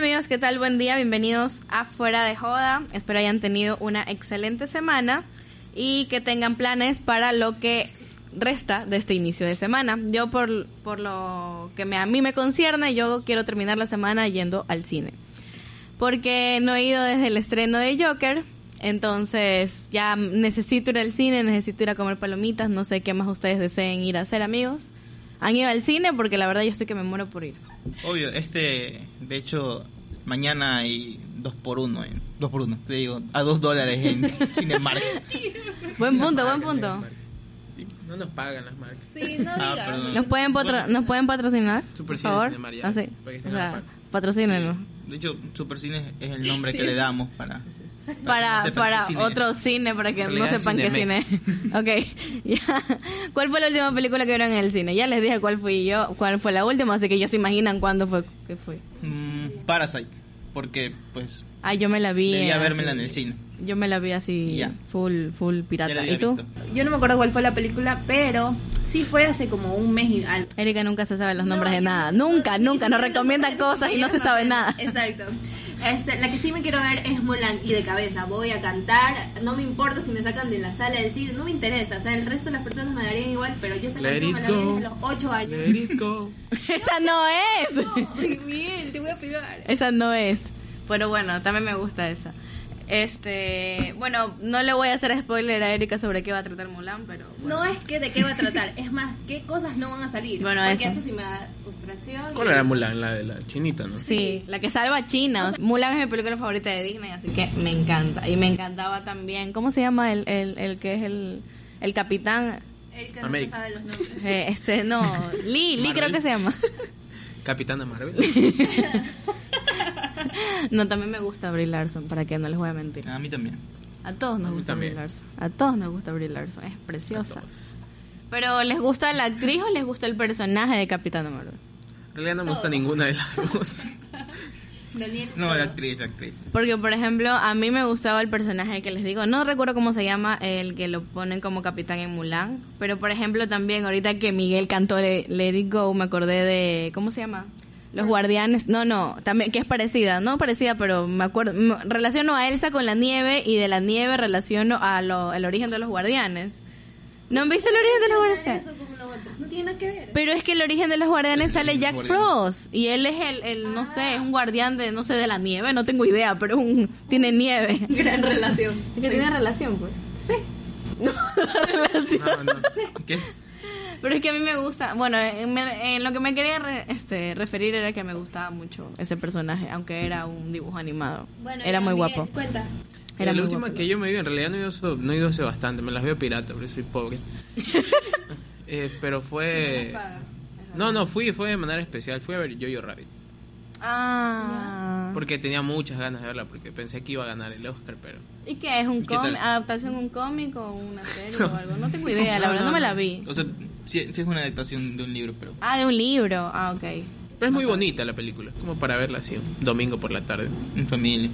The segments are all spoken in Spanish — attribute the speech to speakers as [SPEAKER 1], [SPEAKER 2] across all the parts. [SPEAKER 1] buenas, ¿qué tal? Buen día, bienvenidos a Fuera de Joda. Espero hayan tenido una excelente semana y que tengan planes para lo que resta de este inicio de semana. Yo por, por lo que me, a mí me concierne, yo quiero terminar la semana yendo al cine. Porque no he ido desde el estreno de Joker, entonces ya necesito ir al cine, necesito ir a comer palomitas, no sé qué más ustedes deseen ir a hacer amigos. ¿Han ido al cine? Porque la verdad yo estoy que me muero por ir.
[SPEAKER 2] Obvio, este, de hecho, mañana hay dos por uno, en- dos por uno, te digo, a dos dólares en Cinemark.
[SPEAKER 1] Buen punto, buen punto.
[SPEAKER 3] No nos pagan las marcas.
[SPEAKER 4] Sí, no
[SPEAKER 2] Ah,
[SPEAKER 4] digas.
[SPEAKER 2] perdón.
[SPEAKER 1] ¿Nos pueden, patra- ¿nos pueden patrocinar?
[SPEAKER 3] Su
[SPEAKER 1] Por
[SPEAKER 3] presidente
[SPEAKER 1] favor.
[SPEAKER 3] de María,
[SPEAKER 1] Ah, sí.
[SPEAKER 3] para que
[SPEAKER 1] O
[SPEAKER 3] estén a la
[SPEAKER 1] sea,
[SPEAKER 3] par.
[SPEAKER 1] patrocínenos.
[SPEAKER 2] De hecho, Supercine es el nombre que le damos para...
[SPEAKER 1] Para,
[SPEAKER 2] que no sepan
[SPEAKER 1] para
[SPEAKER 2] qué cine es.
[SPEAKER 1] otro cine, para que
[SPEAKER 3] En
[SPEAKER 1] no
[SPEAKER 3] realidad,
[SPEAKER 1] sepan qué cine
[SPEAKER 3] Cinemex.
[SPEAKER 1] es. Ok, ya. ¿Cuál fue la última película que vieron en el cine? Ya les dije cuál fui yo, cuál fue la última, así que ya se imaginan cuándo fue que fui.
[SPEAKER 2] Mm, Parasite, porque pues
[SPEAKER 1] Ah, yo me la vi.
[SPEAKER 2] debía
[SPEAKER 1] así-
[SPEAKER 2] vermela en el cine.
[SPEAKER 1] Yo me la vi así,
[SPEAKER 2] Ya.
[SPEAKER 1] full, full
[SPEAKER 2] Ya la
[SPEAKER 1] pirata.
[SPEAKER 2] había
[SPEAKER 1] ¿Y tú?
[SPEAKER 2] visto.
[SPEAKER 4] Yo no me acuerdo cuál fue la película, pero sí fue hace como un mes y algo.
[SPEAKER 1] Erika nunca se sabe los nombres de
[SPEAKER 4] No, yo-
[SPEAKER 1] nada. Nunca,
[SPEAKER 4] ni
[SPEAKER 1] nunca. Nos
[SPEAKER 4] siquiera
[SPEAKER 1] recomienda
[SPEAKER 4] los nombres,
[SPEAKER 1] cosas y
[SPEAKER 4] ni
[SPEAKER 1] no se
[SPEAKER 4] siquiera
[SPEAKER 1] sabe
[SPEAKER 4] los
[SPEAKER 1] nada.
[SPEAKER 4] nombres. Exacto. Este, la que sí me quiero ver es Mulan y de cabeza. Voy a cantar. No me importa si me sacan de la sala del cine. No me interesa. O sea, el resto de las personas me darían igual, pero yo esa canción me la vi desde los 8 años.
[SPEAKER 3] Federico.
[SPEAKER 1] Esa no es.
[SPEAKER 4] Ay, Miguel, te voy a pegar.
[SPEAKER 1] Esa no es. Pero bueno, también me gusta esa. Este, bueno, no le voy a hacer spoiler a Erika sobre qué va a tratar Mulan, pero bueno.
[SPEAKER 4] No es que de qué va a tratar, es más, qué cosas no van a salir.
[SPEAKER 1] Bueno,
[SPEAKER 4] porque
[SPEAKER 1] eso.
[SPEAKER 4] eso. sí me da frustración.
[SPEAKER 3] ¿Cuál era Mulan? La de la chinita, ¿no?
[SPEAKER 1] Sí, la que salva a China. O sea, Mulan es mi película favorita de Disney, así que me encanta. Y me encantaba también. ¿Cómo se llama el, el, el que es el, el capitán?
[SPEAKER 4] El que no se
[SPEAKER 3] América.
[SPEAKER 4] sabe los nombres.
[SPEAKER 1] Eh, este, no, Lee, Lee creo
[SPEAKER 3] Marvel.
[SPEAKER 1] que se llama.
[SPEAKER 3] Capitana Marvel.
[SPEAKER 1] No, también me gusta Brie Larson, para que no les voy a mentir.
[SPEAKER 2] A mí también.
[SPEAKER 1] A todos nos
[SPEAKER 3] A mí
[SPEAKER 1] gusta Brie
[SPEAKER 3] también.
[SPEAKER 1] Larson. A todos nos gusta Brie Larson, es preciosa.
[SPEAKER 3] A todos.
[SPEAKER 1] Pero ¿les gusta la actriz o les gusta el personaje de Capitán Marvel?
[SPEAKER 3] En realidad no me gusta ninguna de las dos.
[SPEAKER 4] Daniel,
[SPEAKER 2] No,
[SPEAKER 4] todo.
[SPEAKER 2] la actriz, la actriz.
[SPEAKER 1] Porque, por ejemplo, a mí me gustaba el personaje que les digo. No recuerdo cómo se llama el que lo ponen como capitán en Mulan. Pero, por ejemplo, también ahorita que Miguel cantó Le- Let It Go, me acordé de... ¿Cómo se llama? Los guardianes. No, no. También, que es parecida. No parecida, pero me acuerdo... m- Relaciono a Elsa con la nieve y de la nieve relaciono a lo, el origen de los guardianes. ¿No han visto el origen de los guardianes?
[SPEAKER 4] Eso como lo otro. No tiene nada que ver.
[SPEAKER 1] Pero es que el origen de los guardianes sale Jack
[SPEAKER 2] guardianes.
[SPEAKER 1] Frost y él es el, el, no sé, es un guardián de, no sé, de la nieve, no tengo idea, pero es un, tiene nieve.
[SPEAKER 4] Gran relación.
[SPEAKER 1] Es que tiene relación, pues.
[SPEAKER 4] Sí.
[SPEAKER 3] No, no.
[SPEAKER 2] ¿Qué?
[SPEAKER 1] Pero es que a mí me gusta, bueno, en, me- en lo que me quería re- este, referir era que me gustaba mucho ese personaje, aunque era un dibujo animado. era
[SPEAKER 4] ya,
[SPEAKER 1] muy
[SPEAKER 4] Miguel,
[SPEAKER 1] guapo.
[SPEAKER 4] Cuenta.
[SPEAKER 1] Era
[SPEAKER 3] la
[SPEAKER 1] muy
[SPEAKER 3] última
[SPEAKER 1] guapo.
[SPEAKER 3] que yo me vi, en realidad no he, ido, so- no he ido hace bastante, me las veo pirata, pero soy pobre. Eh, pero fue... No, no, fui, fue de manera especial, fui a ver Jojo Rabbit.
[SPEAKER 1] Ah.
[SPEAKER 3] Porque tenía muchas ganas de verla, porque pensé que iba a ganar el Oscar, pero...
[SPEAKER 1] ¿Y qué es? ¿Un
[SPEAKER 2] ¿Y qué
[SPEAKER 1] cómic?
[SPEAKER 2] tal?
[SPEAKER 1] ¿Adaptación a un cómic o una serie o algo? No tengo idea, la verdad no me la vi.
[SPEAKER 2] O sea, sí, sí es una adaptación de un libro, pero...
[SPEAKER 1] Ah, de un libro. Ah, ok.
[SPEAKER 3] Pero es muy bonita la película, como para verla así, un domingo por la tarde.
[SPEAKER 2] En familia.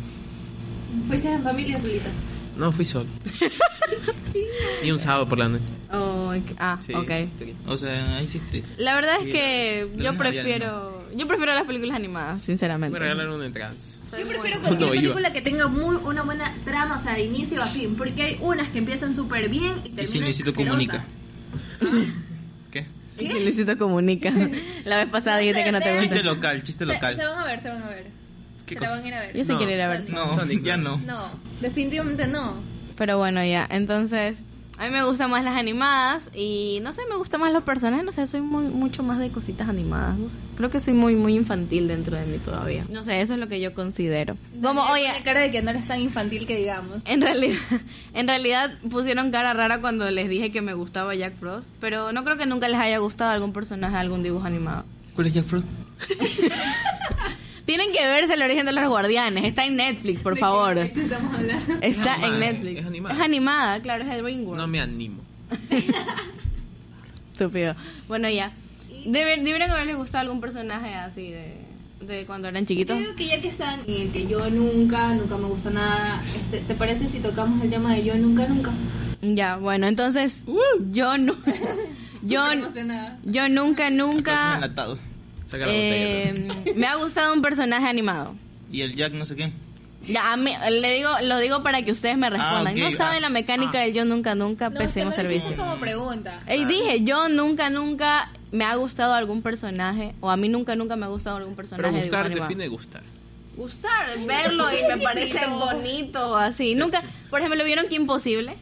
[SPEAKER 4] ¿Fuiste en familia o solita?
[SPEAKER 3] No, fui solo. y un sábado por la noche.
[SPEAKER 1] Oh, ah,
[SPEAKER 3] Sí,
[SPEAKER 1] ok.
[SPEAKER 3] sí.
[SPEAKER 2] O sea, ahí sí es triste.
[SPEAKER 1] La verdad es
[SPEAKER 2] Sí,
[SPEAKER 1] que
[SPEAKER 2] la- la
[SPEAKER 1] yo
[SPEAKER 2] misma realidad,
[SPEAKER 1] prefiero yo prefiero las películas animadas,
[SPEAKER 3] Me
[SPEAKER 1] sinceramente.
[SPEAKER 3] regalaron una entrada.
[SPEAKER 1] Soy
[SPEAKER 4] Yo
[SPEAKER 1] muy-
[SPEAKER 4] prefiero
[SPEAKER 3] Yo no
[SPEAKER 4] cualquier
[SPEAKER 3] iba.
[SPEAKER 4] película que tenga muy, una buena trama, o sea, de inicio a fin. Porque hay unas que empiezan súper bien y terminan.
[SPEAKER 2] Y si Luisito
[SPEAKER 4] asquerosas.
[SPEAKER 2] comunica. ¿Qué?
[SPEAKER 1] Y si Luisito comunica. La vez pasada
[SPEAKER 4] No
[SPEAKER 1] dijiste
[SPEAKER 4] sé,
[SPEAKER 1] que no te
[SPEAKER 4] vean.
[SPEAKER 1] gusta.
[SPEAKER 2] Chiste local, chiste
[SPEAKER 4] Se, se
[SPEAKER 2] local.
[SPEAKER 4] van a ver, se van a ver.
[SPEAKER 2] ¿Qué
[SPEAKER 4] Se
[SPEAKER 2] cosa?
[SPEAKER 4] la van a ir a ver.
[SPEAKER 1] Yo sí
[SPEAKER 3] No.
[SPEAKER 1] quiero ir a ver.
[SPEAKER 4] Sonic.
[SPEAKER 2] No,
[SPEAKER 3] Sonic,
[SPEAKER 2] ya no.
[SPEAKER 4] No, definitivamente no.
[SPEAKER 1] Pero bueno, ya. Entonces, a mí me gustan más las animadas y no sé, me gustan más los personajes, no sé, soy muy mucho más de cositas animadas, no sé. Creo que soy muy muy infantil dentro de mí todavía. No sé, eso es lo que yo considero. Como
[SPEAKER 4] Daniel
[SPEAKER 1] oye,
[SPEAKER 4] pone cara de que no eres tan infantil que digamos.
[SPEAKER 1] En realidad, en realidad pusieron cara rara cuando les dije que me gustaba Jack Frost, pero no creo que nunca les haya gustado algún personaje, algún dibujo animado.
[SPEAKER 2] ¿Cuál es Jack Frost?
[SPEAKER 1] Tienen que verse el origen de los guardianes, está en Netflix, por
[SPEAKER 4] ¿De
[SPEAKER 1] favor.
[SPEAKER 4] qué leche estamos hablando?
[SPEAKER 1] Está
[SPEAKER 3] Es animada,
[SPEAKER 1] en Netflix.
[SPEAKER 3] es animada.
[SPEAKER 1] claro, es de Ringworld.
[SPEAKER 3] No me animo.
[SPEAKER 1] Estúpido. Bueno, ya. Debe- deberían haberles gustado algún personaje así de, de cuando eran chiquitos.
[SPEAKER 4] Yo digo que ya que están en el que yo nunca, nunca me gusta nada, este, ¿te parece si tocamos el tema de yo nunca, nunca?
[SPEAKER 1] Ya, bueno, entonces yo no yo
[SPEAKER 4] Súper emocionada.
[SPEAKER 1] yo nunca
[SPEAKER 2] Acá
[SPEAKER 1] nunca
[SPEAKER 2] enlatado.
[SPEAKER 3] Saca la
[SPEAKER 1] Eh,
[SPEAKER 3] botella.
[SPEAKER 1] me ha gustado un personaje animado.
[SPEAKER 2] y el Jack no sé qué.
[SPEAKER 1] Ya, a mí- le digo, lo digo para que ustedes me respondan.
[SPEAKER 2] ok,
[SPEAKER 1] No saben
[SPEAKER 2] ah,
[SPEAKER 1] la mecánica
[SPEAKER 3] ah.
[SPEAKER 1] del yo nunca, nunca,
[SPEAKER 5] No,
[SPEAKER 1] pésimo
[SPEAKER 5] es que lo hiciste
[SPEAKER 1] servicio.
[SPEAKER 5] como pregunta.
[SPEAKER 1] Y
[SPEAKER 2] Ah.
[SPEAKER 1] dije, yo nunca, nunca me ha gustado algún personaje, o a mí nunca, nunca me ha gustado algún personaje.
[SPEAKER 3] Pero
[SPEAKER 1] de
[SPEAKER 3] gustar
[SPEAKER 1] dibujo animado.
[SPEAKER 3] define gustar.
[SPEAKER 1] Gustar, verlo y me parece bonito, así. nunca, por ejemplo, ¿vieron que imposible?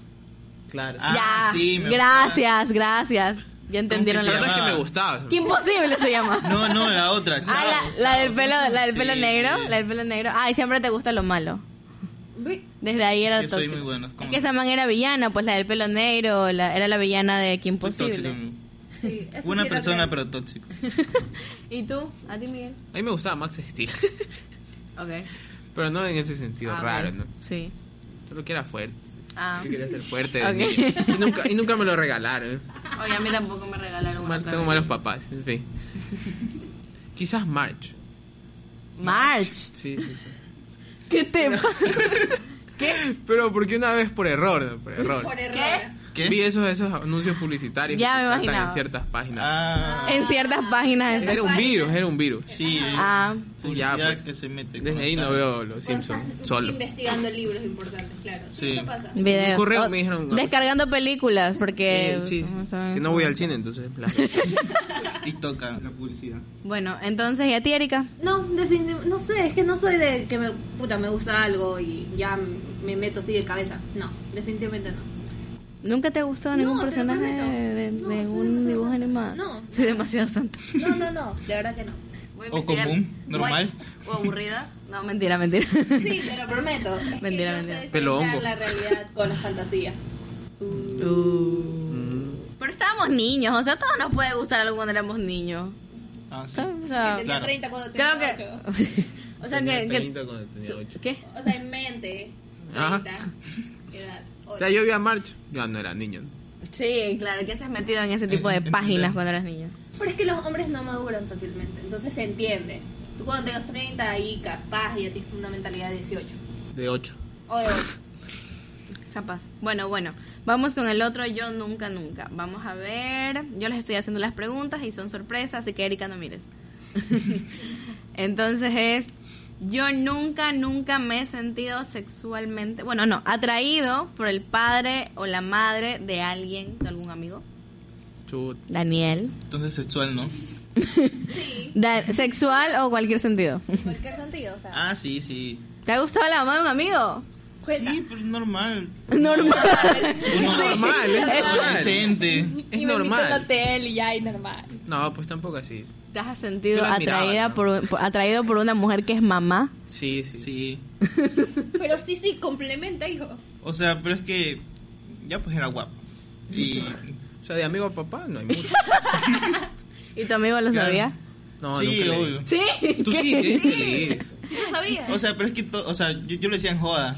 [SPEAKER 3] Claro.
[SPEAKER 2] Ah,
[SPEAKER 1] ya,
[SPEAKER 2] sí, me
[SPEAKER 1] gracias, gracias. Ya entendieron
[SPEAKER 2] se
[SPEAKER 1] la
[SPEAKER 3] La
[SPEAKER 1] verdad.
[SPEAKER 3] verdad es que
[SPEAKER 2] llamaba?
[SPEAKER 3] me gustaba.
[SPEAKER 1] Que imposible se llama.
[SPEAKER 2] No, no, la otra.
[SPEAKER 1] Ah,
[SPEAKER 2] chao,
[SPEAKER 1] la, la del
[SPEAKER 2] chao.
[SPEAKER 1] pelo, la del pelo
[SPEAKER 2] Sí,
[SPEAKER 1] negro,
[SPEAKER 2] sí.
[SPEAKER 1] la del pelo negro. Ay, siempre te gusta lo malo.
[SPEAKER 4] Uy,
[SPEAKER 1] Desde ahí era
[SPEAKER 2] Yo soy
[SPEAKER 1] tóxico.
[SPEAKER 2] muy bueno, ¿cómo
[SPEAKER 1] Es que
[SPEAKER 2] no?
[SPEAKER 1] esa man era villana, pues la del pelo negro, la- era la villana de Que
[SPEAKER 2] Fui
[SPEAKER 1] Imposible.
[SPEAKER 2] tóxico.
[SPEAKER 4] sí, eso
[SPEAKER 2] Buena
[SPEAKER 4] sí era
[SPEAKER 2] persona,
[SPEAKER 4] real.
[SPEAKER 2] pero tóxico.
[SPEAKER 1] ¿Y tú? ¿A ti, Miguel?
[SPEAKER 3] A mí me gustaba Max Steel.
[SPEAKER 1] Ok.
[SPEAKER 3] pero no en ese sentido
[SPEAKER 1] Ah,
[SPEAKER 3] raro,
[SPEAKER 1] ok.
[SPEAKER 3] ¿no?
[SPEAKER 1] Sí.
[SPEAKER 3] Solo que era fuerte.
[SPEAKER 1] Ah.
[SPEAKER 3] Yo quería ser fuerte.
[SPEAKER 1] Ok. Ah,
[SPEAKER 3] de niño. Y, nunca, y nunca me lo regalaron.
[SPEAKER 1] Oye, a mí tampoco me regalaron
[SPEAKER 3] Son
[SPEAKER 1] una
[SPEAKER 3] mal-
[SPEAKER 1] otra
[SPEAKER 3] tengo
[SPEAKER 1] vez.
[SPEAKER 3] malos papás, en fin. Quizás March.
[SPEAKER 1] March.
[SPEAKER 3] Sí, sí, sí.
[SPEAKER 1] ¿Qué te pasa?
[SPEAKER 3] Pero porque una vez por error, ¿no? por error.
[SPEAKER 4] Por error.
[SPEAKER 2] ¿Qué?
[SPEAKER 3] Vi esos, esos anuncios publicitarios
[SPEAKER 1] Ya
[SPEAKER 3] que
[SPEAKER 1] me
[SPEAKER 3] saltan
[SPEAKER 1] imaginaba.
[SPEAKER 3] en ciertas páginas.
[SPEAKER 2] Ah,
[SPEAKER 1] En ciertas páginas. en-
[SPEAKER 3] era un virus, era un virus.
[SPEAKER 2] sí.
[SPEAKER 1] Ah.
[SPEAKER 2] Sí,
[SPEAKER 3] Ya,
[SPEAKER 2] ya
[SPEAKER 3] pues.
[SPEAKER 2] que se mete. con
[SPEAKER 3] Desde ahí
[SPEAKER 2] esta-
[SPEAKER 3] no veo los
[SPEAKER 4] Cuando
[SPEAKER 3] Simpsons
[SPEAKER 4] estás
[SPEAKER 3] solo.
[SPEAKER 4] Investigando libros importantes, claro. Sí,
[SPEAKER 2] Sí.
[SPEAKER 4] eso pasa.
[SPEAKER 1] Videos.
[SPEAKER 3] correo
[SPEAKER 1] Oh,
[SPEAKER 3] me dijeron-
[SPEAKER 1] Descargando películas, porque.
[SPEAKER 3] Eh, sí, sí,
[SPEAKER 1] ¿saben?
[SPEAKER 3] que no voy al cine, entonces. en plan.
[SPEAKER 2] Y toca.
[SPEAKER 6] La publicidad.
[SPEAKER 1] Bueno, entonces, ¿y a ti, Erika?
[SPEAKER 4] No, definitivamente, no sé, es que no soy de que me, puta, me gusta algo y ya me meto así de cabeza. No, definitivamente no.
[SPEAKER 1] ¿Nunca te gustó ningún
[SPEAKER 4] No, te lo
[SPEAKER 1] personaje
[SPEAKER 4] prometo.
[SPEAKER 1] de, de
[SPEAKER 4] No, soy
[SPEAKER 1] un
[SPEAKER 4] demasiado
[SPEAKER 1] dibujo
[SPEAKER 4] santa.
[SPEAKER 1] animado?
[SPEAKER 4] No.
[SPEAKER 1] Soy demasiado santa.
[SPEAKER 4] No, no, no, de verdad que no.
[SPEAKER 1] Voy a
[SPEAKER 2] O
[SPEAKER 1] investigar.
[SPEAKER 2] común, normal.
[SPEAKER 1] Voy- O aburrida. No, mentira, mentira.
[SPEAKER 4] Sí, te lo prometo. Es
[SPEAKER 1] Mentira, mentira.
[SPEAKER 4] que yo sé diferenciar
[SPEAKER 3] Pelo hongo.
[SPEAKER 4] la realidad con la fantasía.
[SPEAKER 1] Uh.
[SPEAKER 3] Mm.
[SPEAKER 1] Pero estábamos niños, o sea, a todos nos puede gustar algo cuando éramos niños.
[SPEAKER 2] Ah, sí.
[SPEAKER 1] ¿Sabes? O sea,
[SPEAKER 4] Tenía
[SPEAKER 2] Claro.
[SPEAKER 4] 30 cuando tenía
[SPEAKER 1] creo que.
[SPEAKER 4] 8.
[SPEAKER 1] o sea,
[SPEAKER 3] Tenía
[SPEAKER 1] que. que-
[SPEAKER 3] 30 cuando tenía 8.
[SPEAKER 1] ¿Qué?
[SPEAKER 4] O sea, en mente, 30,
[SPEAKER 3] Ajá.
[SPEAKER 4] edad,
[SPEAKER 3] O sea,
[SPEAKER 4] ocho.
[SPEAKER 3] yo vi a March. Yo no era niño.
[SPEAKER 1] Sí, claro, que se has metido en ese tipo de
[SPEAKER 2] Entender.
[SPEAKER 1] páginas cuando eras niño.
[SPEAKER 4] Pero es que los hombres no maduran fácilmente, entonces se entiende. Tú cuando tengas 30 ahí capaz ya tienes una mentalidad de 18.
[SPEAKER 3] De 8.
[SPEAKER 4] O de 8.
[SPEAKER 1] Capaz. Bueno, bueno. Vamos con el otro yo nunca, nunca. Vamos a ver. Yo les estoy haciendo las preguntas y son sorpresas, así que Erika no mires. Entonces es, yo nunca, nunca me he sentido sexualmente, bueno, no, atraído por el padre o la madre de alguien, de algún amigo.
[SPEAKER 3] Chut.
[SPEAKER 1] Daniel.
[SPEAKER 2] Entonces sexual, ¿no?
[SPEAKER 4] Sí,
[SPEAKER 1] Da- sexual o cualquier sentido.
[SPEAKER 4] en cualquier sentido, o sea.
[SPEAKER 2] Ah, sí, sí.
[SPEAKER 1] ¿Te ha gustado la mamá de un amigo?
[SPEAKER 4] Cuenta.
[SPEAKER 2] Sí, pero es normal.
[SPEAKER 1] Normal.
[SPEAKER 3] Es normal, es normal.
[SPEAKER 2] Adolescente.
[SPEAKER 5] y
[SPEAKER 3] Es
[SPEAKER 5] me invitó al
[SPEAKER 3] normal.
[SPEAKER 5] hotel y ya, y normal.
[SPEAKER 3] No, pues tampoco así.
[SPEAKER 1] ¿Te has sentido
[SPEAKER 3] Yo la admiraba,
[SPEAKER 1] atraída
[SPEAKER 3] ¿no?
[SPEAKER 1] por, por- atraído por una mujer que es mamá?
[SPEAKER 3] Sí, sí. sí.
[SPEAKER 2] Sí.
[SPEAKER 5] Pero sí, sí, complementa, hijo.
[SPEAKER 2] O sea, pero es que ya pues era guapo. Y
[SPEAKER 3] O sea, de amigo a papá no hay mucho.
[SPEAKER 1] ¿Y tu amigo lo
[SPEAKER 2] Claro.
[SPEAKER 1] sabía?
[SPEAKER 3] No,
[SPEAKER 2] sí,
[SPEAKER 3] nunca le
[SPEAKER 2] obvio.
[SPEAKER 3] di.
[SPEAKER 1] Sí.
[SPEAKER 3] Tú sí,
[SPEAKER 1] ¿qué?
[SPEAKER 3] ¿qué? Sí.
[SPEAKER 4] Sí, lo sabía.
[SPEAKER 2] O sea, pero es que to- o sea, yo, yo lo decía en joda.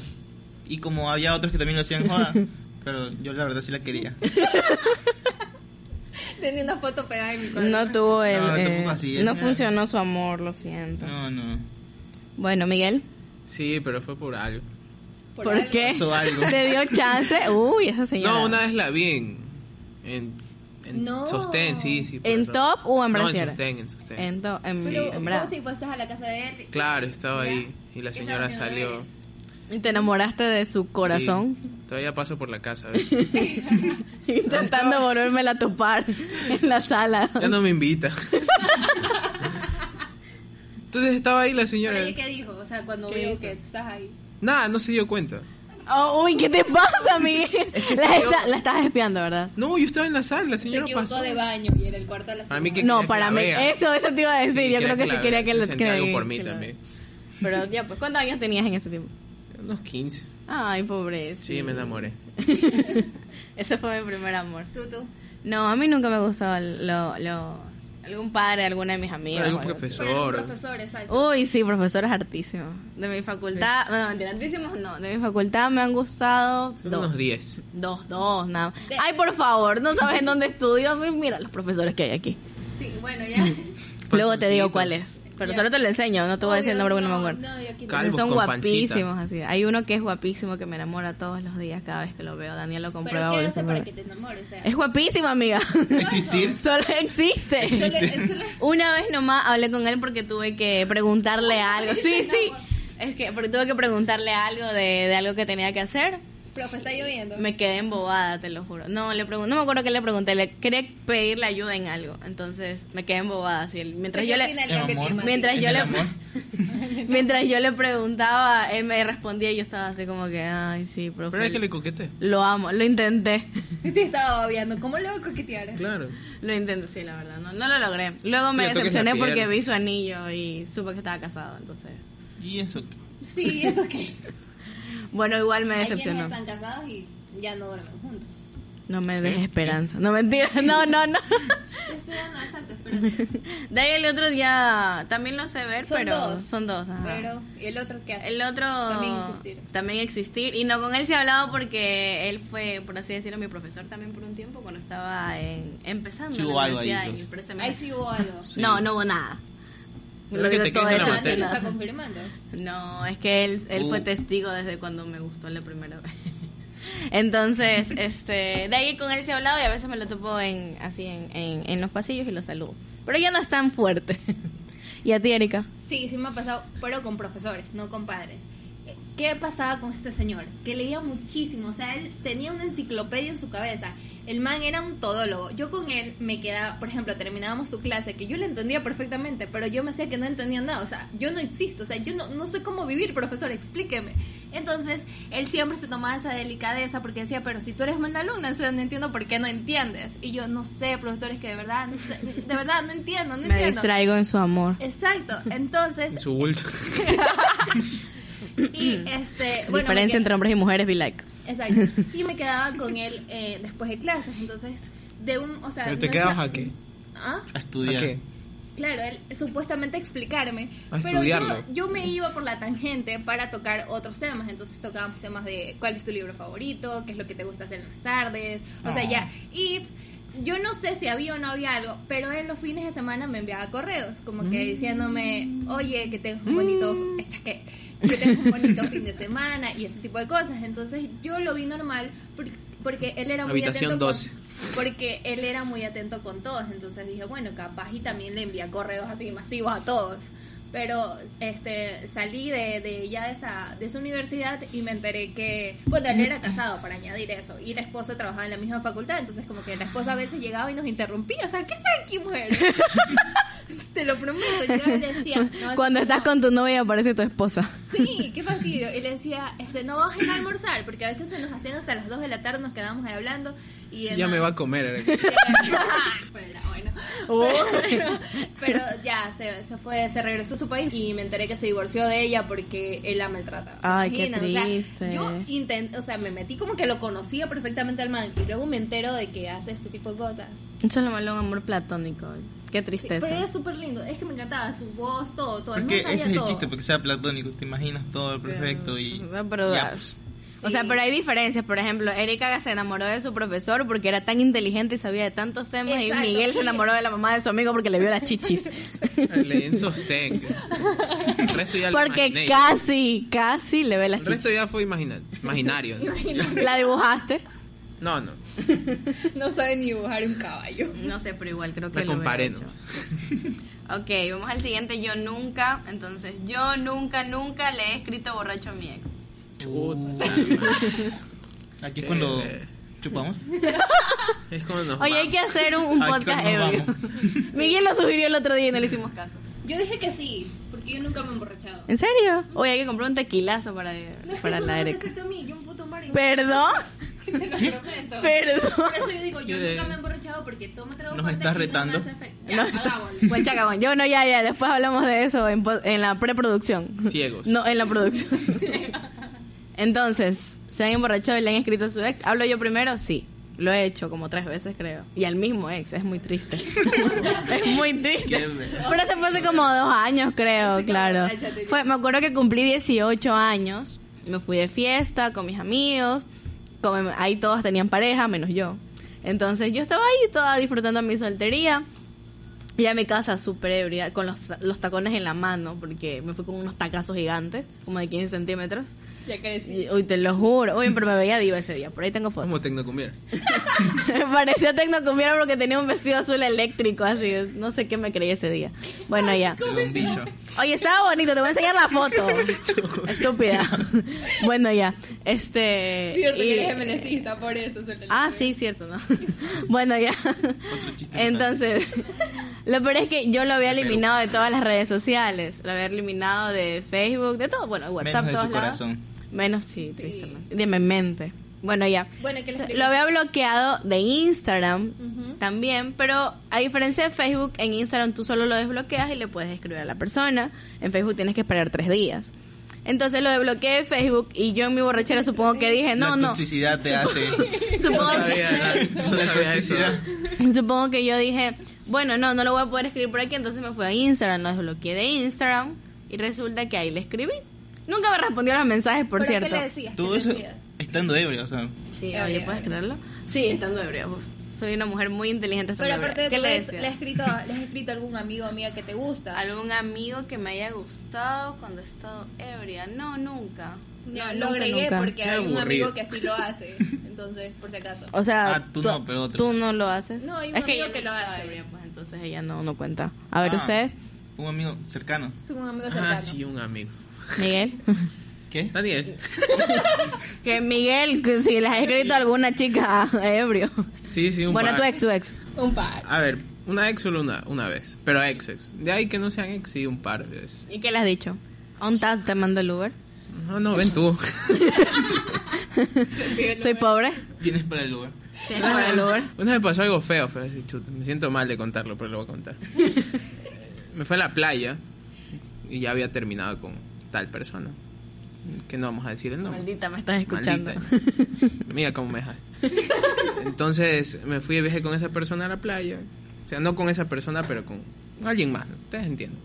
[SPEAKER 2] Y como había otros que también lo hacían en joda, pero yo la verdad sí la quería.
[SPEAKER 5] Tenía una foto pegada en mi cuadro.
[SPEAKER 1] No tuvo el.
[SPEAKER 2] No,
[SPEAKER 1] eh,
[SPEAKER 2] tampoco así,
[SPEAKER 1] no
[SPEAKER 2] es-
[SPEAKER 1] funcionó su amor, lo siento.
[SPEAKER 2] No, no.
[SPEAKER 1] Bueno, Miguel,
[SPEAKER 3] Sí, pero fue por algo.
[SPEAKER 1] ¿por,
[SPEAKER 4] algo.
[SPEAKER 3] Eh,
[SPEAKER 1] qué?
[SPEAKER 2] Pasó algo.
[SPEAKER 1] ¿Te dio chance? Uy, esa señora.
[SPEAKER 3] No, una vez la vi en. en, en
[SPEAKER 5] No.
[SPEAKER 3] Sostén, sí, sí. por
[SPEAKER 1] ¿En
[SPEAKER 3] error.
[SPEAKER 1] top o en
[SPEAKER 3] No, en
[SPEAKER 1] brasier?
[SPEAKER 3] sostén, en sostén.
[SPEAKER 1] En, to- en,
[SPEAKER 4] Pero
[SPEAKER 1] en bra-
[SPEAKER 4] vos si fuiste a la casa de él.
[SPEAKER 3] Claro, estaba
[SPEAKER 4] Ya.
[SPEAKER 3] ahí y la
[SPEAKER 4] Esa
[SPEAKER 3] señora
[SPEAKER 4] señora
[SPEAKER 3] salió.
[SPEAKER 4] eres.
[SPEAKER 1] Y te enamoraste de su corazón.
[SPEAKER 3] Sí, todavía paso por la casa. ¿ves?
[SPEAKER 1] Intentando volvérmela a topar en la sala.
[SPEAKER 3] Ya no me invita. Entonces estaba ahí la señora.
[SPEAKER 4] Pero ella qué dijo, o sea, cuando
[SPEAKER 1] ¿Qué
[SPEAKER 4] veo
[SPEAKER 1] hizo?
[SPEAKER 4] que estás ahí.
[SPEAKER 3] Nada, no se dio cuenta.
[SPEAKER 1] Oh, uy, ¿qué te pasa, Miguel? la,
[SPEAKER 3] se dio-
[SPEAKER 1] está- la estabas espiando, ¿verdad?
[SPEAKER 3] No, yo estaba en la sala, la
[SPEAKER 4] Se
[SPEAKER 3] señora
[SPEAKER 4] equivocó
[SPEAKER 3] pasó.
[SPEAKER 4] de baño y era el cuarto de la
[SPEAKER 3] Para mí
[SPEAKER 4] señora.
[SPEAKER 3] que quería
[SPEAKER 1] No,
[SPEAKER 3] que
[SPEAKER 1] para
[SPEAKER 3] la
[SPEAKER 1] mí.
[SPEAKER 3] vea.
[SPEAKER 1] Eso, eso te iba a decir.
[SPEAKER 3] Sí,
[SPEAKER 1] Yo creo que
[SPEAKER 3] la
[SPEAKER 1] sí
[SPEAKER 3] vea.
[SPEAKER 1] quería que lo
[SPEAKER 3] Sentía algo por mí
[SPEAKER 1] que lo-
[SPEAKER 3] también.
[SPEAKER 1] Pero ya, pues, ¿cuántos años tenías en ese tiempo?
[SPEAKER 3] Unos 15.
[SPEAKER 1] Ay, pobreza.
[SPEAKER 3] Sí, me enamoré.
[SPEAKER 1] Ese fue mi primer amor.
[SPEAKER 4] Tú, tú.
[SPEAKER 1] No, a mí nunca me gustó lo, lo- algún padre, alguna de mis amigas.
[SPEAKER 3] Algún
[SPEAKER 1] o algo así.
[SPEAKER 3] profesor.
[SPEAKER 4] Pero era un
[SPEAKER 3] Tesoro.
[SPEAKER 4] profesor, exacto.
[SPEAKER 1] Uy, sí, profesores hartísimos. De mi facultad, no, mentira, hartísimos no. De mi facultad me han gustado
[SPEAKER 3] Son
[SPEAKER 1] dos.
[SPEAKER 3] unos 10.
[SPEAKER 1] Dos, dos, nada. más. Ay, por favor, no sabes en dónde estudio. Mira los profesores que hay aquí.
[SPEAKER 4] Sí, bueno, ya.
[SPEAKER 1] Luego te digo
[SPEAKER 3] Patroncito.
[SPEAKER 1] cuál es. Pero
[SPEAKER 4] Ya.
[SPEAKER 1] solo te lo enseño, no te voy a decir el nombre
[SPEAKER 4] Obvio,
[SPEAKER 1] porque no, me acuerdo.
[SPEAKER 4] No, yo aquí no.
[SPEAKER 3] Calvos
[SPEAKER 1] son
[SPEAKER 3] con pancita.
[SPEAKER 1] guapísimos así. Hay uno que es guapísimo que me enamora todos los días cada vez que lo veo. Daniel lo comprueba.
[SPEAKER 4] Pero ¿qué
[SPEAKER 1] hoy,
[SPEAKER 4] hace para
[SPEAKER 1] seguro.
[SPEAKER 4] que te enamores? O sea,
[SPEAKER 1] Es guapísimo, amiga.
[SPEAKER 2] Existir.
[SPEAKER 1] Solo existe.
[SPEAKER 4] Solo- es solo-
[SPEAKER 1] Ah, Una vez nomás hablé con él porque tuve que preguntarle algo. Sí, sí. Es que porque tuve que preguntarle algo de, de algo que tenía que hacer.
[SPEAKER 5] Profe, está lloviendo.
[SPEAKER 1] Me quedé embobada, te lo juro. No, le pregun- no me acuerdo qué le pregunté. Le quería pedirle ayuda en algo. Entonces me quedé embobada. Así, él- mientras, yo le,
[SPEAKER 2] El amor.
[SPEAKER 1] Mientras yo
[SPEAKER 2] el
[SPEAKER 1] le-
[SPEAKER 2] amor.
[SPEAKER 1] mientras yo le preguntaba, él me respondía y yo estaba así como que, ay, sí, profe.
[SPEAKER 3] Pero es que le coquete.
[SPEAKER 1] Lo amo, lo intenté.
[SPEAKER 5] Sí, estaba obviando. ¿Cómo le voy a coquetear?
[SPEAKER 3] Claro.
[SPEAKER 1] Lo intenté, sí, la verdad. No, no lo logré. Luego me
[SPEAKER 3] Le toques la
[SPEAKER 1] decepcioné
[SPEAKER 3] piel.
[SPEAKER 1] porque vi su anillo y supe que estaba casado. Entonces,
[SPEAKER 2] Y eso. qué?
[SPEAKER 5] Sí, ¿eso qué?
[SPEAKER 1] bueno, igual me
[SPEAKER 4] Hay quienes
[SPEAKER 1] decepcionó.
[SPEAKER 4] están casados y ya no duermen juntos.
[SPEAKER 1] No me des esperanza. No, mentira. No, no, no.
[SPEAKER 4] Yo estoy dando exacto, espérate.
[SPEAKER 1] De ahí el otro ya también lo sé ver,
[SPEAKER 5] Son
[SPEAKER 1] pero
[SPEAKER 5] dos.
[SPEAKER 1] son dos. ajá.
[SPEAKER 5] Pero, ¿y el otro qué hace?
[SPEAKER 1] el otro
[SPEAKER 5] También existir.
[SPEAKER 1] también existir. Y no con él se ha hablado porque él fue, por así decirlo, mi profesor también por un tiempo cuando estaba en- empezando
[SPEAKER 2] Sí
[SPEAKER 1] en
[SPEAKER 2] hubo
[SPEAKER 1] la
[SPEAKER 2] algo ahí,
[SPEAKER 1] universidad.
[SPEAKER 2] entonces.
[SPEAKER 1] en preseminario.
[SPEAKER 5] Ahí sí hubo algo.
[SPEAKER 2] Sí.
[SPEAKER 1] No, no hubo nada.
[SPEAKER 3] Creo
[SPEAKER 1] Lo
[SPEAKER 3] que
[SPEAKER 1] digo
[SPEAKER 3] te
[SPEAKER 1] todo
[SPEAKER 3] quedas en
[SPEAKER 1] eso
[SPEAKER 3] la
[SPEAKER 5] Ah, sí,
[SPEAKER 1] así,
[SPEAKER 5] lo
[SPEAKER 3] Marcela.
[SPEAKER 5] está
[SPEAKER 1] ¿no?
[SPEAKER 5] confirmando.
[SPEAKER 1] No, es que él, él fue
[SPEAKER 2] Uh.
[SPEAKER 1] testigo desde cuando me gustó la primera vez. Entonces, este, de ahí con él se ha hablado y a veces me lo topo en, así en, en, en los pasillos y lo saludo. Pero ya no es tan fuerte. ¿Y a ti, Erika?
[SPEAKER 5] Sí, sí me ha pasado, pero con profesores, no con padres. Eh, ¿Qué pasaba con este señor?
[SPEAKER 4] que leía muchísimo, o sea, él tenía una enciclopedia en su cabeza. El man era un todólogo. Yo con él me quedaba, por ejemplo, terminábamos su clase, que yo le entendía perfectamente, pero yo me hacía que no entendía nada, o sea, yo no existo, o sea, yo no, no sé cómo vivir, profesor, explíqueme. Entonces, él siempre se tomaba esa delicadeza porque decía, pero si tú eres buena alumna, o sea, no entiendo por qué no entiendes. Y yo, no sé, profesor, es que de verdad, no sé, de verdad, no entiendo, no
[SPEAKER 1] Me
[SPEAKER 4] entiendo. Eh,
[SPEAKER 1] distraigo en su amor.
[SPEAKER 4] Exacto, entonces,
[SPEAKER 3] En su bulto.
[SPEAKER 4] y este, bueno, me
[SPEAKER 1] Diferencia
[SPEAKER 4] qued-
[SPEAKER 1] entre hombres y mujeres, be like.
[SPEAKER 4] Exacto. Y me quedaba con él eh, después de clases. Entonces, de un. O sea,
[SPEAKER 3] Pero te
[SPEAKER 4] no
[SPEAKER 3] quedabas
[SPEAKER 4] está-
[SPEAKER 3] a qué?
[SPEAKER 4] Ah,
[SPEAKER 2] A
[SPEAKER 3] ¿A
[SPEAKER 2] estudiar.
[SPEAKER 3] qué?
[SPEAKER 4] claro, él supuestamente explicarme.
[SPEAKER 3] A
[SPEAKER 4] pero
[SPEAKER 3] estudiarlo.
[SPEAKER 4] yo, yo me iba por la tangente para tocar otros temas. Entonces tocábamos temas de cuál es tu libro favorito, qué es lo que te gusta hacer en las tardes. O sea,
[SPEAKER 2] Ah.
[SPEAKER 4] ya. Y. Yo no sé si había o no había algo, pero él los fines de semana me enviaba correos, como
[SPEAKER 3] Mm.
[SPEAKER 4] que diciéndome, oye, que tengas un bonito, chaqué, que tengas un bonito fin de semana y ese tipo de cosas. Entonces yo lo vi normal por- porque él era muy
[SPEAKER 3] Habitación
[SPEAKER 4] atento con-
[SPEAKER 3] 12.
[SPEAKER 4] porque él era muy atento con todos, entonces dije, bueno, capaz y también le envía correos así masivos a todos. Pero este salí de, de ya de esa, de esa universidad y me enteré que, bueno, él era casado, para añadir eso, y la esposa trabajaba en la misma facultad, entonces como que la esposa a veces llegaba y nos interrumpía, o sea, ¿qué haces aquí, mujer? Te lo prometo, yo le decía... "No,
[SPEAKER 1] Cuando
[SPEAKER 4] sí,
[SPEAKER 1] estás
[SPEAKER 4] no".
[SPEAKER 1] con tu novia aparece tu esposa.
[SPEAKER 4] Sí, qué fastidio. Y le decía, este, no bajen a almorzar, porque a veces se nos hacían hasta las 2 de la tarde, nos quedamos ahí hablando. Y
[SPEAKER 3] Sí,
[SPEAKER 4] el
[SPEAKER 3] ya
[SPEAKER 4] man-
[SPEAKER 3] me va a comer. era que-
[SPEAKER 4] Fuera, bueno.
[SPEAKER 1] Oh.
[SPEAKER 4] Pero, pero ya se, se fue, se regresó a su país y me enteré que se divorció de ella porque él la maltrataba.
[SPEAKER 1] Ay, qué
[SPEAKER 4] Imagina, o sea,
[SPEAKER 1] triste.
[SPEAKER 4] yo intenté, o sea, me metí como que lo conocía perfectamente al man y luego me entero de que hace este tipo de cosas.
[SPEAKER 1] Eso es lo malo de un amor platónico. Qué
[SPEAKER 4] Sí, pero
[SPEAKER 1] tristeza.
[SPEAKER 4] era súper lindo, es que me encantaba su voz, todo, todo. El man
[SPEAKER 2] Porque
[SPEAKER 4] Pues sabía
[SPEAKER 2] ese es el
[SPEAKER 4] todo.
[SPEAKER 2] chiste, pues. porque sea platónico, te imaginas todo perfecto y...
[SPEAKER 1] No, pero-
[SPEAKER 2] ya, pues.
[SPEAKER 1] O sea, pero hay diferencias. Por ejemplo, Erika se enamoró de su profesor porque era tan inteligente y sabía de tantos temas.
[SPEAKER 4] Exacto.
[SPEAKER 1] Y Miguel se enamoró de la mamá de su amigo porque le vio las chichis.
[SPEAKER 3] Le en sostén. El resto ya lo
[SPEAKER 1] porque
[SPEAKER 3] imaginé.
[SPEAKER 1] casi, casi le ve las
[SPEAKER 3] El resto
[SPEAKER 1] chichis.
[SPEAKER 3] ya fue imagina- imaginario. ¿no?
[SPEAKER 1] ¿La dibujaste?
[SPEAKER 3] No, no.
[SPEAKER 5] No sabe ni dibujar un caballo.
[SPEAKER 1] No sé, pero igual creo que
[SPEAKER 3] La
[SPEAKER 1] lo hubiera
[SPEAKER 3] comparé,
[SPEAKER 1] hecho.
[SPEAKER 3] ¿no?
[SPEAKER 1] Ok, vamos al siguiente. Yo nunca, entonces, yo nunca, nunca le he escrito borracho a mi ex.
[SPEAKER 3] Chuta.
[SPEAKER 2] Aquí es cuando
[SPEAKER 3] Eh.
[SPEAKER 2] chupamos.
[SPEAKER 3] Es como nos
[SPEAKER 1] Oye, hay que hacer un, un
[SPEAKER 2] Ay,
[SPEAKER 1] podcast
[SPEAKER 2] ¿cómo
[SPEAKER 1] ebrio. Miguel lo sugirió el otro día y no le hicimos caso.
[SPEAKER 4] Yo dije que sí, porque yo nunca me he emborrachado.
[SPEAKER 1] ¿En serio? Oye, hay que comprar un tequilazo para,
[SPEAKER 4] No es que
[SPEAKER 1] para
[SPEAKER 4] eso no
[SPEAKER 1] la
[SPEAKER 4] me hace
[SPEAKER 1] Erika.
[SPEAKER 4] efecto a mí, yo un puto Mario.
[SPEAKER 1] ¿Perdón?
[SPEAKER 4] Te lo prometo.
[SPEAKER 1] Perdón.
[SPEAKER 4] Por eso yo digo, yo
[SPEAKER 3] Mire.
[SPEAKER 4] nunca me he emborrachado porque tomo trago
[SPEAKER 2] Nos
[SPEAKER 4] fuerte
[SPEAKER 2] estás
[SPEAKER 4] y no me
[SPEAKER 2] retando.
[SPEAKER 4] hace efecto. Ya,
[SPEAKER 1] No,
[SPEAKER 4] hagámoslo.
[SPEAKER 1] buen chacabón. Yo no, ya, ya. Después hablamos de eso en, po- en la preproducción.
[SPEAKER 3] Ciegos.
[SPEAKER 1] No, en la producción. Entonces, ¿se han emborrachado y le han escrito a su ex? ¿Hablo yo primero? Sí. Lo he hecho como tres veces, creo. Y al mismo ex. Es muy triste. es muy triste. Pero se fue hace como dos años, creo, claro. Fue, me acuerdo que cumplí 18 años. Me fui de fiesta con mis amigos. Como ahí todos tenían pareja, menos yo. Entonces yo estaba ahí toda disfrutando mi soltería. Y a mi casa súper ebria, con los, los tacones en la mano, porque me fui con unos tacazos gigantes, como de 15 centímetros.
[SPEAKER 4] Ya crecí.
[SPEAKER 1] Y- Uy, te lo juro. Uy, pero me veía diva ese día. Por ahí tengo fotos.
[SPEAKER 3] Como tecnocumier.
[SPEAKER 1] Parecía tecnocumbiera porque tenía un vestido azul eléctrico, así. es. No sé qué me creí ese día. Bueno, ya.
[SPEAKER 2] El bombillo.
[SPEAKER 1] Oye, estaba bonito, te voy a enseñar la foto. Estúpida. bueno, ya. Este.
[SPEAKER 4] Cierto
[SPEAKER 1] y-
[SPEAKER 4] que eres gemenecista, por eso. suena el
[SPEAKER 1] Ah,
[SPEAKER 4] nombre.
[SPEAKER 1] sí, cierto, ¿no? bueno, ya.
[SPEAKER 2] chiste local.
[SPEAKER 1] Entonces, lo peor es que yo lo había
[SPEAKER 2] De Perú.
[SPEAKER 1] eliminado de todas las redes sociales. Lo había eliminado de Facebook, de todo. Bueno, WhatsApp,
[SPEAKER 2] Menos de
[SPEAKER 1] todos
[SPEAKER 2] su
[SPEAKER 1] lados.
[SPEAKER 2] corazón.
[SPEAKER 1] Menos, sí, tristemente. De mi mente. Bueno, ya.
[SPEAKER 4] Bueno, que les
[SPEAKER 1] Lo había bloqueado de Instagram
[SPEAKER 4] Ujú.
[SPEAKER 1] también, pero a diferencia de Facebook, en Instagram tú solo lo desbloqueas y le puedes escribir a la persona. En Facebook tienes que esperar tres días. Entonces lo desbloqueé de Facebook y yo en mi borrachera supongo que
[SPEAKER 3] Eh,
[SPEAKER 1] dije, no,
[SPEAKER 2] la
[SPEAKER 1] no.
[SPEAKER 2] toxicidad te hace.
[SPEAKER 1] Supongo,
[SPEAKER 3] No sabía, no,
[SPEAKER 2] La
[SPEAKER 3] sabía eso.
[SPEAKER 2] toxicidad.
[SPEAKER 1] supongo que yo dije, bueno, no, no lo voy a poder escribir por aquí, entonces me fui a Instagram, lo desbloqueé de Instagram y resulta que ahí le escribí. Nunca me respondió a los mensajes, por
[SPEAKER 5] ¿Pero
[SPEAKER 1] cierto.
[SPEAKER 5] ¿Qué le decías? ¿Qué
[SPEAKER 2] Todo
[SPEAKER 5] le
[SPEAKER 2] eso
[SPEAKER 5] decías?
[SPEAKER 2] estando ebrio, o sea.
[SPEAKER 1] Sí,
[SPEAKER 5] Ebria,
[SPEAKER 1] oye, ¿puedes creerlo? Sí, estando ebria. uf. Soy una mujer muy inteligente estando
[SPEAKER 5] Pero aparte de
[SPEAKER 1] ebria. ¿Qué
[SPEAKER 5] todo
[SPEAKER 1] le
[SPEAKER 5] eso,
[SPEAKER 1] decía?
[SPEAKER 5] ¿le has escrito, le has escrito a algún amigo o amiga que te gusta?
[SPEAKER 1] ¿Algún amigo que me haya gustado cuando he estado ebria? No, nunca.
[SPEAKER 5] Ya,
[SPEAKER 1] No,
[SPEAKER 5] lo
[SPEAKER 1] nunca,
[SPEAKER 5] agregué
[SPEAKER 1] nunca.
[SPEAKER 5] porque
[SPEAKER 3] Qué
[SPEAKER 5] hay un
[SPEAKER 3] aburrido.
[SPEAKER 5] amigo que así lo hace. Entonces, por si acaso.
[SPEAKER 1] O sea,
[SPEAKER 2] Ah, tú no, pero otros.
[SPEAKER 1] tú no lo haces.
[SPEAKER 5] No, hay un
[SPEAKER 1] es que
[SPEAKER 5] amigo
[SPEAKER 1] ella
[SPEAKER 5] que
[SPEAKER 1] no
[SPEAKER 5] lo
[SPEAKER 1] estaba
[SPEAKER 5] hace.
[SPEAKER 1] ebria, pues entonces ella no, no cuenta. A ver,
[SPEAKER 2] Ah,
[SPEAKER 1] ustedes,
[SPEAKER 2] Un amigo cercano.
[SPEAKER 5] Es un amigo cercano.
[SPEAKER 3] Ah, sí, un amigo.
[SPEAKER 1] Miguel.
[SPEAKER 2] ¿Qué?
[SPEAKER 3] Daniel.
[SPEAKER 1] que Miguel, que si le has escrito a alguna chica ebrio.
[SPEAKER 3] Sí, sí, un
[SPEAKER 1] Bueno,
[SPEAKER 3] par.
[SPEAKER 1] tu ex, tu ex.
[SPEAKER 4] Un par.
[SPEAKER 3] A ver, una ex solo una, una vez. Pero ex, ex. De ahí que no sean ex, sí, un par de veces.
[SPEAKER 1] ¿Y qué le has dicho? ¿Ontas te mando el Uber?
[SPEAKER 3] No, no, ven tú.
[SPEAKER 1] ¿Soy pobre?
[SPEAKER 2] Vienes para el lugar.
[SPEAKER 1] ¿Te mando el Uber?
[SPEAKER 3] Una vez pasó algo feo, fue así, chuta, me siento mal de contarlo, pero lo voy a contar. me fue a la playa y ya había terminado con tal persona. Que no vamos a decir el nombre.
[SPEAKER 1] Maldita, me estás escuchando.
[SPEAKER 3] Maldita. Mira cómo me dejaste. Entonces me fui de viaje con esa persona a la playa. O sea, no con esa persona, pero con alguien más. ¿no? Ustedes entienden.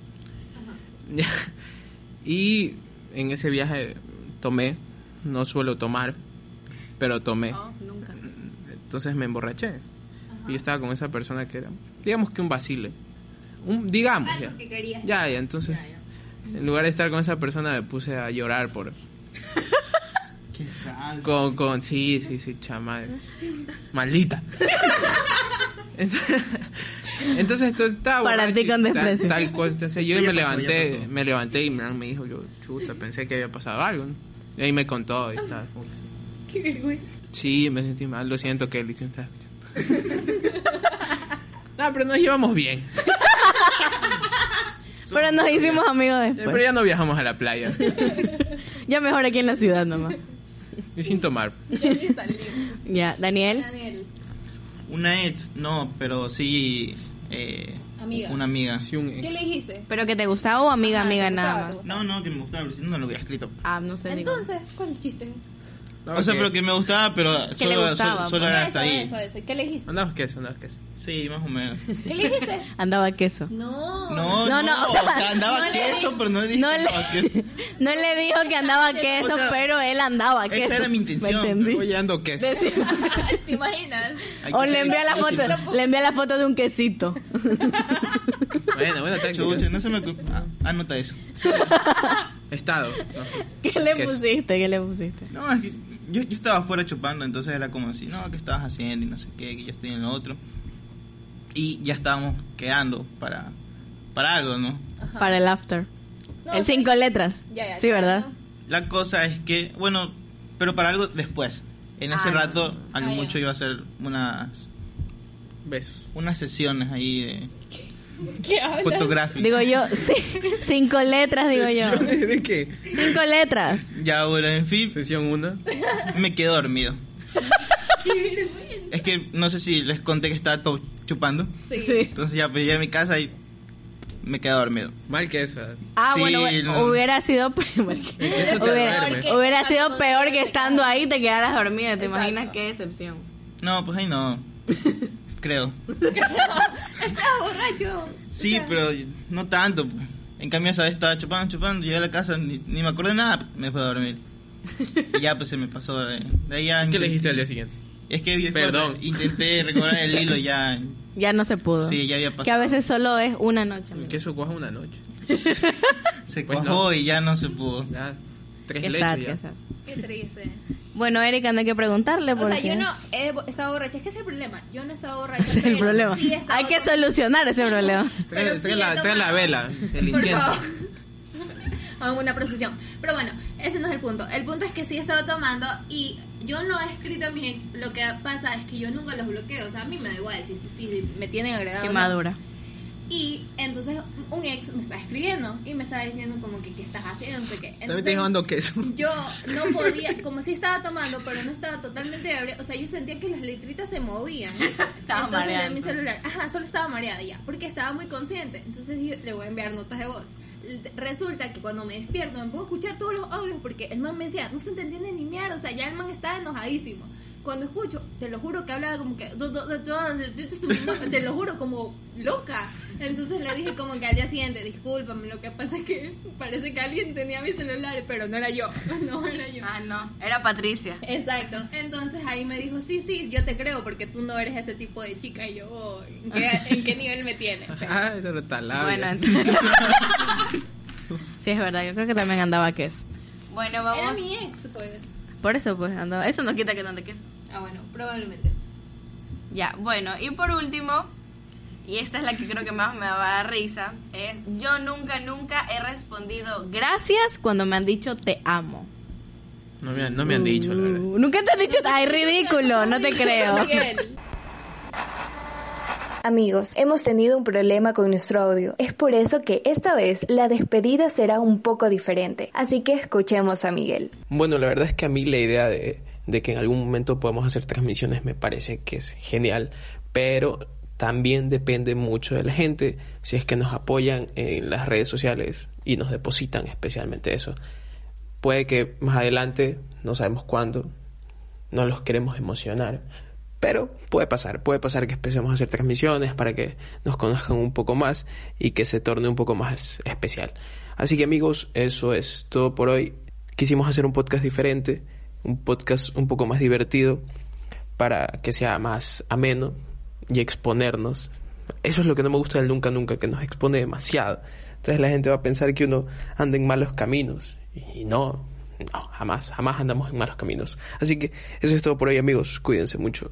[SPEAKER 3] y en ese viaje tomé. No suelo tomar, pero tomé.
[SPEAKER 1] No, nunca.
[SPEAKER 3] Entonces me emborraché. Y yo estaba con esa persona que era, digamos que un vacile. Un, digamos. ya.
[SPEAKER 5] que querías.
[SPEAKER 3] Ya, ya, entonces. En lugar de estar con esa persona, me puse a llorar por,
[SPEAKER 2] Qué sal.
[SPEAKER 3] con, con, sí, sí, sí, chama. Maldita. Entonces tú estaba
[SPEAKER 1] Para
[SPEAKER 3] borracho
[SPEAKER 1] ti con
[SPEAKER 3] y tal-
[SPEAKER 1] desprecio.
[SPEAKER 3] Tal, cosa. entonces yo
[SPEAKER 2] Ya
[SPEAKER 3] me
[SPEAKER 2] pasó, ya
[SPEAKER 3] levanté,
[SPEAKER 2] pasó.
[SPEAKER 3] me levanté y mi mamá me dijo, yo, chuta, pensé que había pasado algo. ¿no? Y ahí me contó y tal.
[SPEAKER 4] Qué vergüenza.
[SPEAKER 3] Sí, me sentí mal, lo siento que Kelly, si me estás escuchando. no, pero nos llevamos bien.
[SPEAKER 1] Pero nos hicimos amigos
[SPEAKER 4] Pues.
[SPEAKER 3] Eh, Pero
[SPEAKER 1] después.
[SPEAKER 3] ya no viajamos a la playa.
[SPEAKER 1] Ya mejor aquí en la ciudad nomás.
[SPEAKER 3] Y sin tomar.
[SPEAKER 1] Ya, Daniel.
[SPEAKER 4] Daniel.
[SPEAKER 2] Una ex, no, pero sí. Eh,
[SPEAKER 4] Amiga.
[SPEAKER 2] Una amiga.
[SPEAKER 3] Sí, un ex.
[SPEAKER 4] ¿Qué le dijiste?
[SPEAKER 1] ¿Pero que te gustaba o amiga,
[SPEAKER 4] Ajá,
[SPEAKER 1] amiga
[SPEAKER 4] ¿te gustaba,
[SPEAKER 1] nada
[SPEAKER 4] te
[SPEAKER 1] más?
[SPEAKER 4] gustaba?
[SPEAKER 2] No, no, que me gustaba, pero si no, no lo hubiera escrito.
[SPEAKER 1] Ah, no sé. digo.
[SPEAKER 4] Entonces, ¿cuál es el chiste?
[SPEAKER 3] No,
[SPEAKER 2] o sea,
[SPEAKER 3] que-
[SPEAKER 2] pero que me gustaba, pero
[SPEAKER 1] Que le
[SPEAKER 2] solo,
[SPEAKER 1] gustaba,
[SPEAKER 2] solo-
[SPEAKER 1] pues.
[SPEAKER 2] solo era
[SPEAKER 4] Eso,
[SPEAKER 2] hasta ahí.
[SPEAKER 4] eso, eso. ¿Y ¿Qué le dijiste?
[SPEAKER 3] Andamos queso, andamos queso.
[SPEAKER 2] Sí, más o menos.
[SPEAKER 4] ¿Qué le dijiste?
[SPEAKER 1] Andaba queso.
[SPEAKER 4] No.
[SPEAKER 2] No,
[SPEAKER 1] No,
[SPEAKER 2] no,
[SPEAKER 1] no, o
[SPEAKER 2] o
[SPEAKER 1] sea,
[SPEAKER 2] sea, andaba
[SPEAKER 1] no le-
[SPEAKER 2] queso, pero no le dije
[SPEAKER 1] No le,
[SPEAKER 2] andaba queso.
[SPEAKER 1] no le dijo que andaba queso,
[SPEAKER 2] O sea,
[SPEAKER 1] pero él andaba
[SPEAKER 2] esa
[SPEAKER 1] queso.
[SPEAKER 2] era mi intención,
[SPEAKER 1] ¿Me entendí?
[SPEAKER 3] Oye, ando queso.
[SPEAKER 1] Decía-
[SPEAKER 4] ¿Te imaginas?
[SPEAKER 2] Hay
[SPEAKER 1] o
[SPEAKER 2] que
[SPEAKER 1] le
[SPEAKER 2] ser
[SPEAKER 1] envía la foto,
[SPEAKER 2] explícito.
[SPEAKER 1] le envía la foto de un quesito.
[SPEAKER 3] Bueno, buena
[SPEAKER 2] Chucha,
[SPEAKER 3] técnica.
[SPEAKER 2] no se me ocu- ah, Anota eso.
[SPEAKER 3] Estado. no.
[SPEAKER 1] ¿Qué le
[SPEAKER 3] Queso.
[SPEAKER 1] pusiste? ¿Qué le pusiste?
[SPEAKER 2] No, es que yo, yo estaba afuera chupando, entonces era como así, no, ¿qué estabas haciendo? Y no sé qué, que yo estoy en lo otro. Y ya estábamos quedando para, para algo, ¿no?
[SPEAKER 1] Para el after.
[SPEAKER 4] No,
[SPEAKER 1] el
[SPEAKER 4] sí.
[SPEAKER 1] cinco letras.
[SPEAKER 4] Ya, ya,
[SPEAKER 1] sí,
[SPEAKER 4] ya,
[SPEAKER 1] ¿verdad?
[SPEAKER 4] ¿no?
[SPEAKER 2] La cosa es que, bueno, pero para algo después. En ese
[SPEAKER 1] Ah,
[SPEAKER 2] rato, a lo
[SPEAKER 4] Ah, ya.
[SPEAKER 2] mucho iba a hacer unas,
[SPEAKER 3] Besos.
[SPEAKER 2] unas sesiones ahí de
[SPEAKER 4] ¿Qué hablas?
[SPEAKER 2] fotográficas.
[SPEAKER 1] Digo yo, sí, cinco letras, digo yo.
[SPEAKER 3] ¿Sesiones ¿De qué?
[SPEAKER 1] Cinco letras.
[SPEAKER 2] Ya, bueno, en fin,
[SPEAKER 3] Sesión 1.
[SPEAKER 2] me quedé dormido. es que no sé si les conté que estaba todo chupando.
[SPEAKER 4] Sí.
[SPEAKER 1] Sí.
[SPEAKER 2] Entonces ya pues, llegué a mi casa y me quedé dormido.
[SPEAKER 3] Mal queso.
[SPEAKER 1] Ah,
[SPEAKER 2] Sí,
[SPEAKER 1] bueno, bueno,
[SPEAKER 2] no.
[SPEAKER 1] hubiera sido pe-
[SPEAKER 3] te
[SPEAKER 1] hubiera,
[SPEAKER 3] duerme.
[SPEAKER 1] hubiera
[SPEAKER 4] Algo
[SPEAKER 1] sido
[SPEAKER 4] que
[SPEAKER 1] peor
[SPEAKER 4] te
[SPEAKER 1] que estando
[SPEAKER 4] cae.
[SPEAKER 1] ahí te quedaras dormida, ¿te
[SPEAKER 4] Exacto.
[SPEAKER 1] imaginas qué decepción?
[SPEAKER 2] No, pues ahí no. Creo.
[SPEAKER 4] Estaba borracho.
[SPEAKER 2] Sí, pero no tanto. pues. En cambio, esa vez estaba chupando, chupando. Llegué a la casa, ni, ni me acordé de nada. Me fui a dormir. Y ya, pues se me pasó. De, de ahí ya
[SPEAKER 3] ¿Qué le
[SPEAKER 2] intent-
[SPEAKER 3] dijiste al día siguiente?
[SPEAKER 2] Es que yo-
[SPEAKER 3] Perdón.
[SPEAKER 2] intenté recobrar el hilo y ya.
[SPEAKER 1] Ya no se pudo.
[SPEAKER 2] Sí, ya había pasado.
[SPEAKER 1] Que a veces solo es una noche.
[SPEAKER 3] El
[SPEAKER 1] amigo.
[SPEAKER 3] queso cuaja una noche.
[SPEAKER 2] Se
[SPEAKER 3] Pues
[SPEAKER 2] cuajó y ya no se pudo.
[SPEAKER 3] Ya. Tres
[SPEAKER 1] Qué
[SPEAKER 3] leches
[SPEAKER 1] sad,
[SPEAKER 3] ya.
[SPEAKER 1] qué sad.
[SPEAKER 4] Qué triste.
[SPEAKER 1] Bueno, Erika, no hay que preguntarle
[SPEAKER 4] O
[SPEAKER 1] porque
[SPEAKER 4] sea, yo no he bo- estado borracha. Es que ese es el problema. Yo no he estado borracha.
[SPEAKER 1] es el
[SPEAKER 4] pero
[SPEAKER 1] problema.
[SPEAKER 4] sí he estado
[SPEAKER 1] hay que
[SPEAKER 4] tomando-
[SPEAKER 1] solucionar ese problema.
[SPEAKER 4] Pero
[SPEAKER 3] Trae,
[SPEAKER 4] sí
[SPEAKER 3] trae
[SPEAKER 4] he
[SPEAKER 3] la, trae la
[SPEAKER 4] tomado.
[SPEAKER 3] vela, el
[SPEAKER 4] Por
[SPEAKER 3] incienso.
[SPEAKER 4] favor. Hagan una procesión. Pero bueno, ese no es el punto. El punto es que sí he estado tomando y yo no he escrito a mis ex. Lo que pasa es que yo nunca los bloqueo. O sea, a mí me da igual si, si, si me tienen agregado.
[SPEAKER 1] Qué
[SPEAKER 4] o no.
[SPEAKER 1] madura.
[SPEAKER 4] Y entonces un ex me está escribiendo y me está diciendo como que qué estás haciendo, no sé qué.
[SPEAKER 3] También
[SPEAKER 4] Entonces,
[SPEAKER 3] estoy llevando queso.
[SPEAKER 4] yo no podía, como si estaba tomando, pero no estaba totalmente ebria. O sea, yo sentía que las letritas se movían.
[SPEAKER 1] Estaba
[SPEAKER 4] Entonces le di
[SPEAKER 1] mareando.
[SPEAKER 4] mi celular. Ajá, solo estaba mareada ya, porque estaba muy consciente. Entonces dije, le voy a enviar notas de voz. L- Resulta que cuando me despierto me puedo escuchar todos los audios porque el man me decía, no se te entiende ni mierda. O sea, ya el man estaba enojadísimo. Cuando escucho, te lo juro que hablaba como que. "Do- do- do- do", Te lo juro, como loca. Entonces le dije, como que al día siguiente, discúlpame, lo que pasa es que parece que alguien tenía mi celular, pero no era yo. No era yo.
[SPEAKER 1] Ah, no, era Patricia.
[SPEAKER 4] Exacto. Entonces ahí me dijo, sí, sí, yo te creo porque tú no eres ese tipo de chica y yo, oh, ¿en, qué, en qué nivel me tienes?
[SPEAKER 3] Ay, de la talabia.
[SPEAKER 1] Bueno, entonces. sí, es verdad, yo creo que también andaba queso. Bueno,
[SPEAKER 4] Era mi ex, pues.
[SPEAKER 1] Por eso, pues, andaba. Eso no quita que no ande queso.
[SPEAKER 4] Ah, bueno, probablemente.
[SPEAKER 1] Ya, bueno, y por último, y esta es la que creo que más me va a dar risa, es yo nunca, nunca he respondido gracias cuando me han dicho te amo.
[SPEAKER 3] no, me han, no me han dicho, la verdad.
[SPEAKER 1] Uh, Nunca te han dicho, ay, ridículo, no te creo.
[SPEAKER 4] Miguel.
[SPEAKER 6] Amigos, hemos tenido un problema con nuestro audio. Es por eso que esta vez la despedida será un poco diferente. Así que escuchemos a Miguel.
[SPEAKER 7] Bueno, la verdad es que a mí la idea de, de que en algún momento podamos hacer transmisiones me parece que es genial, pero también depende mucho de la gente, si es que nos apoyan en las redes sociales y nos depositan especialmente eso. Puede que más adelante, no sabemos cuándo, no los queremos emocionar. Pero puede pasar, puede pasar que empecemos a hacer transmisiones para que nos conozcan un poco más y que se torne un poco más especial. Así que amigos, eso es todo por hoy. Quisimos hacer un podcast diferente, un podcast un poco más divertido para que sea más ameno y exponernos. Eso es lo que no me gusta del nunca nunca, que nos expone demasiado. Entonces la gente va a pensar que uno anda en malos caminos. Y no, no, jamás, jamás andamos en malos caminos. Así que eso es todo por hoy amigos, cuídense mucho.